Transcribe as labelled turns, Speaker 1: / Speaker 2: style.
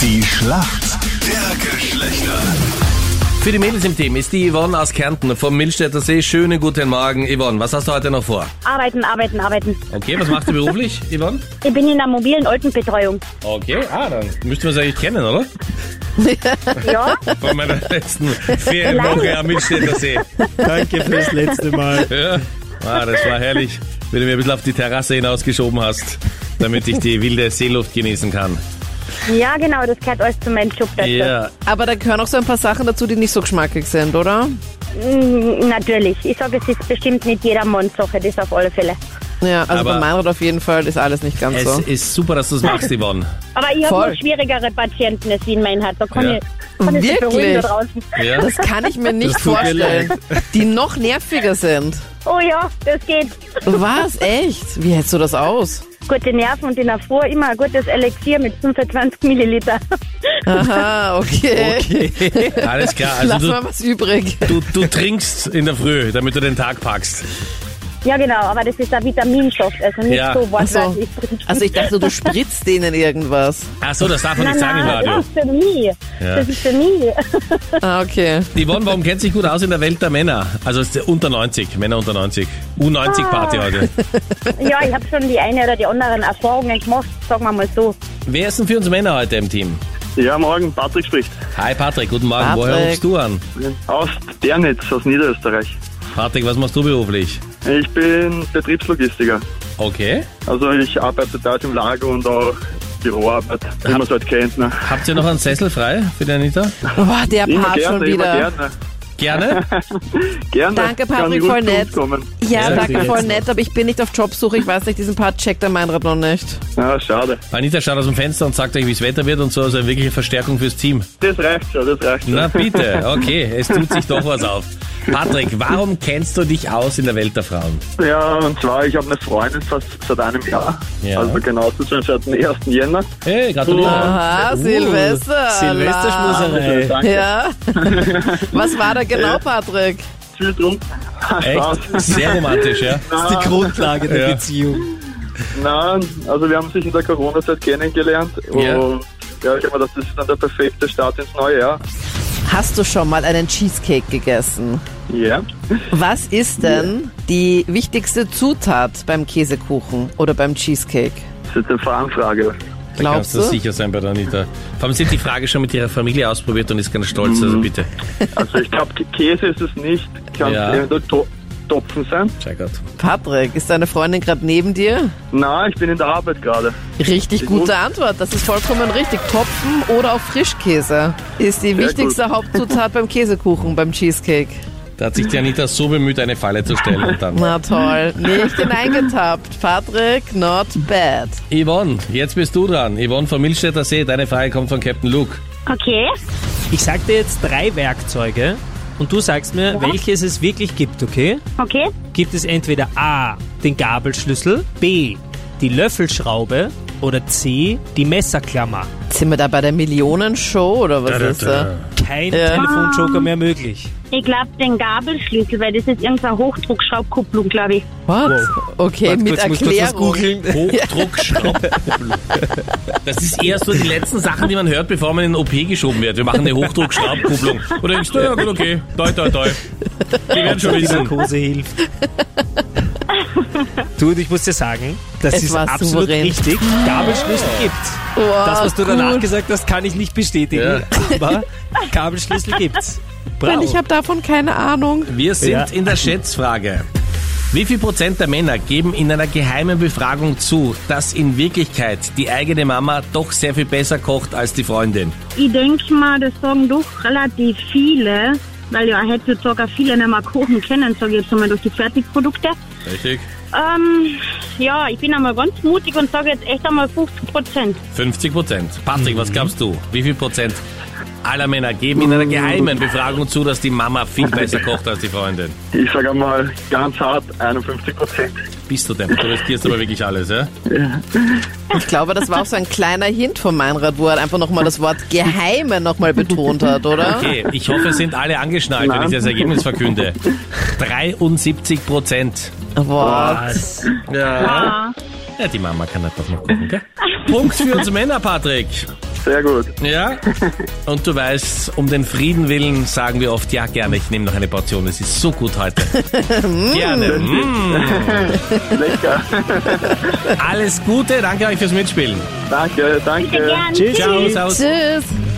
Speaker 1: Die Schlacht der Geschlechter.
Speaker 2: Für die Mädels im Team ist die Yvonne aus Kärnten vom Millstätter See. Schönen guten Morgen, Yvonne. Was hast du heute noch vor?
Speaker 3: Arbeiten, arbeiten, arbeiten.
Speaker 2: Okay, was machst du beruflich, Yvonne?
Speaker 3: Ich bin in der mobilen Altenbetreuung.
Speaker 2: Okay, ah, dann müssten wir es eigentlich kennen, oder?
Speaker 3: Ja,
Speaker 2: Von meiner letzten Ferienwoche am Millstätter See.
Speaker 4: Danke fürs letzte Mal.
Speaker 2: Ja. Ah, das war herrlich, wenn du mir ein bisschen auf die Terrasse hinausgeschoben hast, damit ich die wilde Seeluft genießen kann.
Speaker 3: ja genau, das gehört alles zu meinem Job dazu.
Speaker 2: Ja,
Speaker 5: Aber da gehören auch so ein paar Sachen dazu, die nicht so geschmackig sind, oder?
Speaker 3: Mm, Natürlich. Ich sage, es ist bestimmt nicht jedermanns Sache, das auf alle Fälle.
Speaker 5: Ja, also
Speaker 2: Aber-
Speaker 5: bei Meinrad auf jeden Fall ist alles nicht ganz
Speaker 2: es
Speaker 5: so.
Speaker 2: ist super, dass du es machst, Yvonne.
Speaker 3: Aber ich habe
Speaker 5: Voll.
Speaker 3: noch schwierigere Patienten als wie in Meinhard. Da kann
Speaker 2: Ja.
Speaker 3: ich, kann ich sich beruhigen da
Speaker 5: Wirklich?
Speaker 3: draußen.
Speaker 2: Ja?
Speaker 5: Das kann ich mir nicht
Speaker 2: Das tut mir
Speaker 5: vorstellen. Die noch nerviger sind.
Speaker 3: Oh ja, das geht.
Speaker 5: Was? Echt? Wie hältst du das aus?
Speaker 3: Gute Nerven und in der Vor immer ein gutes Elixier mit 25 Milliliter.
Speaker 5: Aha, okay.
Speaker 2: Alles klar,
Speaker 5: Lass
Speaker 2: also
Speaker 5: mal was übrig.
Speaker 2: du, du, du trinkst in der Früh, damit du den Tag packst.
Speaker 3: Ja, genau, aber das ist ein Vitaminstoff, also nicht
Speaker 2: Ja.
Speaker 3: so
Speaker 5: Ach so.
Speaker 3: wortwörtlich.
Speaker 5: Also ich dachte, du spritzt denen irgendwas.
Speaker 2: Ach so, das darf man
Speaker 3: Nein,
Speaker 2: nicht sagen im
Speaker 3: nein,
Speaker 2: Radio.
Speaker 3: das ist für mich.
Speaker 2: Ja.
Speaker 3: Das ist für mich.
Speaker 5: Ah, okay.
Speaker 2: Yvonne, warum kennt sich gut aus in der Welt der Männer? Also es ist unter 90, Männer unter 90. U90-Party heute.
Speaker 5: Ah.
Speaker 3: Ja, ich habe schon die eine oder die anderen Erfahrungen gemacht, sagen wir mal so.
Speaker 2: Wer ist denn für uns Männer heute im Team?
Speaker 6: Ja, morgen, Patrick spricht.
Speaker 2: Hi Patrick, guten Morgen.
Speaker 5: Patrick.
Speaker 2: Woher rufst du an?
Speaker 6: Aus Bernitz, aus Niederösterreich.
Speaker 2: Patrick, was machst du beruflich?
Speaker 6: Ich bin Betriebslogistiker.
Speaker 2: Okay.
Speaker 6: Also ich arbeite dort im Lager und auch Büroarbeit, wie man es halt kennt. Ne?
Speaker 2: Habt ihr noch einen Sessel frei für die Anita?
Speaker 5: Boah, der
Speaker 6: Immer
Speaker 5: Part schon
Speaker 6: gerne, immer
Speaker 5: wieder.
Speaker 6: gerne.
Speaker 2: Gerne.
Speaker 6: Gerne.
Speaker 5: Danke,
Speaker 6: Kann
Speaker 5: Patrick,
Speaker 6: gut
Speaker 5: voll
Speaker 6: zu uns
Speaker 5: nett.
Speaker 6: Kommen.
Speaker 5: Ja,
Speaker 2: Ja,
Speaker 5: danke,
Speaker 2: jetzt.
Speaker 5: voll nett, aber ich bin nicht auf Jobsuche. Ich weiß nicht, diesen Part checkt der Meinrad noch nicht.
Speaker 6: Ja, schade.
Speaker 2: Anita schaut aus dem Fenster und sagt euch, wie es Wetter wird und so. Also eine wirkliche Verstärkung fürs Team.
Speaker 6: Das reicht schon, das reicht schon.
Speaker 2: Na bitte. Okay, es tut sich doch was auf. Patrick, warum kennst du dich aus in der Welt der Frauen?
Speaker 6: Ja, und zwar, ich habe eine Freundin fast seit einem Jahr.
Speaker 2: Ja.
Speaker 6: Also genau, das ist schon seit dem 1. Jänner.
Speaker 2: Hey, gratuliere.
Speaker 5: Aha, Silvester.
Speaker 2: Silvesterschmuserei.
Speaker 6: Ah, Danke.
Speaker 5: Ja. Was war da
Speaker 2: Äh.
Speaker 5: genau, Patrick?
Speaker 6: Viel drum. Spaß.
Speaker 2: Echt? Sehr romantisch, ja?
Speaker 4: Das ist die Grundlage der
Speaker 2: Ja.
Speaker 4: Beziehung.
Speaker 6: Nein, also wir haben sich in der Corona-Zeit kennengelernt
Speaker 2: Ja.
Speaker 6: und ja, ich glaube, das ist dann der perfekte Start ins neue Jahr.
Speaker 5: Hast du schon mal einen Cheesecake gegessen?
Speaker 6: Ja.
Speaker 5: Was ist denn die wichtigste Zutat beim Käsekuchen oder beim Cheesecake?
Speaker 6: Das ist eine Fangfrage.
Speaker 5: Glaubst
Speaker 2: Kannst du
Speaker 5: du?
Speaker 2: sicher sein bei der Anita. Vor allem, sie hat die Frage schon mit ihrer Familie ausprobiert und ist ganz stolz,
Speaker 4: Mhm.
Speaker 2: also bitte.
Speaker 6: Also ich glaube, Käse ist es nicht. Kann
Speaker 2: Ja.
Speaker 6: es eventuell to Topfen sein?
Speaker 2: Check out.
Speaker 5: Patrick, ist deine Freundin gerade neben dir?
Speaker 6: Nein, ich bin in der Arbeit gerade.
Speaker 5: Richtig
Speaker 6: muss-
Speaker 5: gute Antwort, das ist vollkommen richtig. Topfen oder auch Frischkäse ist die wichtigste Hauptzutat beim Käsekuchen, beim Cheesecake.
Speaker 2: Da hat sich die Anita so bemüht, eine Falle zu stellen. Und dann.
Speaker 5: Na toll, nicht hineingetappt. Patrick, not bad.
Speaker 2: Yvonne, jetzt bist du dran. Yvonne vom Milchstädter See, deine Frage kommt von Captain Luke.
Speaker 3: Okay.
Speaker 4: Ich sag dir jetzt drei Werkzeuge und du sagst mir, welches es wirklich gibt, okay?
Speaker 3: Okay.
Speaker 4: Gibt es entweder A, den Gabelschlüssel, B, die Löffelschraube oder C, die Messerklammer.
Speaker 5: Sind wir da bei der Millionenshow oder was ist da?
Speaker 4: Kein
Speaker 5: Ja.
Speaker 4: Telefonjoker mehr möglich.
Speaker 3: Ich glaube, den Gabelschlüssel, weil das ist irgendeine Hochdruckschraubkupplung, glaube ich.
Speaker 5: What? Okay,
Speaker 4: Warte
Speaker 5: Äh, mit
Speaker 4: kurz, ich muss kurz was
Speaker 5: Erklärung.
Speaker 4: googeln.
Speaker 2: Hochdruckschraube. Das ist eher so die letzten Sachen, die man hört, bevor man in den OP geschoben wird. Wir machen eine Hochdruckschraubkupplung. Und denkst du, ja gut, okay, toi, toi, toi. Die werden schon
Speaker 4: Die
Speaker 2: wissen.
Speaker 4: Narkose hilft. Du, und ich muss dir sagen, das
Speaker 5: Es
Speaker 4: ist
Speaker 5: war
Speaker 4: absolut
Speaker 5: souverän.
Speaker 4: richtig. Gabelschlüssel gibt's.
Speaker 5: Wow,
Speaker 4: Das, was du
Speaker 5: gut.
Speaker 4: danach gesagt hast, kann ich nicht bestätigen. Aber Kabelschlüssel gibt's. Bravo.
Speaker 5: Weil ich habe davon keine Ahnung.
Speaker 2: Wir sind
Speaker 4: Ja.
Speaker 2: in der Schätzfrage. Wie viel Prozent der Männer geben in einer geheimen Befragung zu, dass in Wirklichkeit die eigene Mama doch sehr viel besser kocht als die Freundin?
Speaker 3: Ich denke mal, das sagen doch relativ viele, weil ja heutzutage auch viele nicht mehr kochen können, sage ich jetzt einmal durch die Fertigprodukte.
Speaker 2: Richtig.
Speaker 3: Ähm, ja, ich bin einmal ganz mutig und sage jetzt echt einmal 50 Prozent.
Speaker 2: 50 Prozent. Patrick, was glaubst du? Wie viel Prozent aller Männer geben in einer geheimen Befragung zu, dass die Mama viel besser kocht als die Freundin?
Speaker 6: Ich sage einmal ganz hart 51 Prozent.
Speaker 2: Bist du denn? Du riskierst aber wirklich alles, ja?
Speaker 5: Ich glaube, das war auch so ein kleiner Hint von Meinrad, wo er einfach nochmal das Wort Geheime nochmal betont hat, oder?
Speaker 2: Okay, ich hoffe, es sind alle angeschnallt, wenn ich das Ergebnis verkünde. 73 Prozent.
Speaker 5: Wow.
Speaker 4: Was?
Speaker 2: Ja. Ja, die Mama kann das doch noch gucken, gell? Punkt für uns Männer, Patrick.
Speaker 6: Sehr gut.
Speaker 2: Ja? Und du weißt, um den Frieden willen sagen wir oft, ja gerne, ich nehme noch eine Portion, es ist so gut heute. gerne. Mm.
Speaker 6: Lecker.
Speaker 2: Alles Gute, danke euch fürs Mitspielen.
Speaker 6: danke,
Speaker 3: Bitte
Speaker 6: danke.
Speaker 3: gern.
Speaker 4: Tschüss.
Speaker 2: Ciao, servus.
Speaker 5: Tschüss.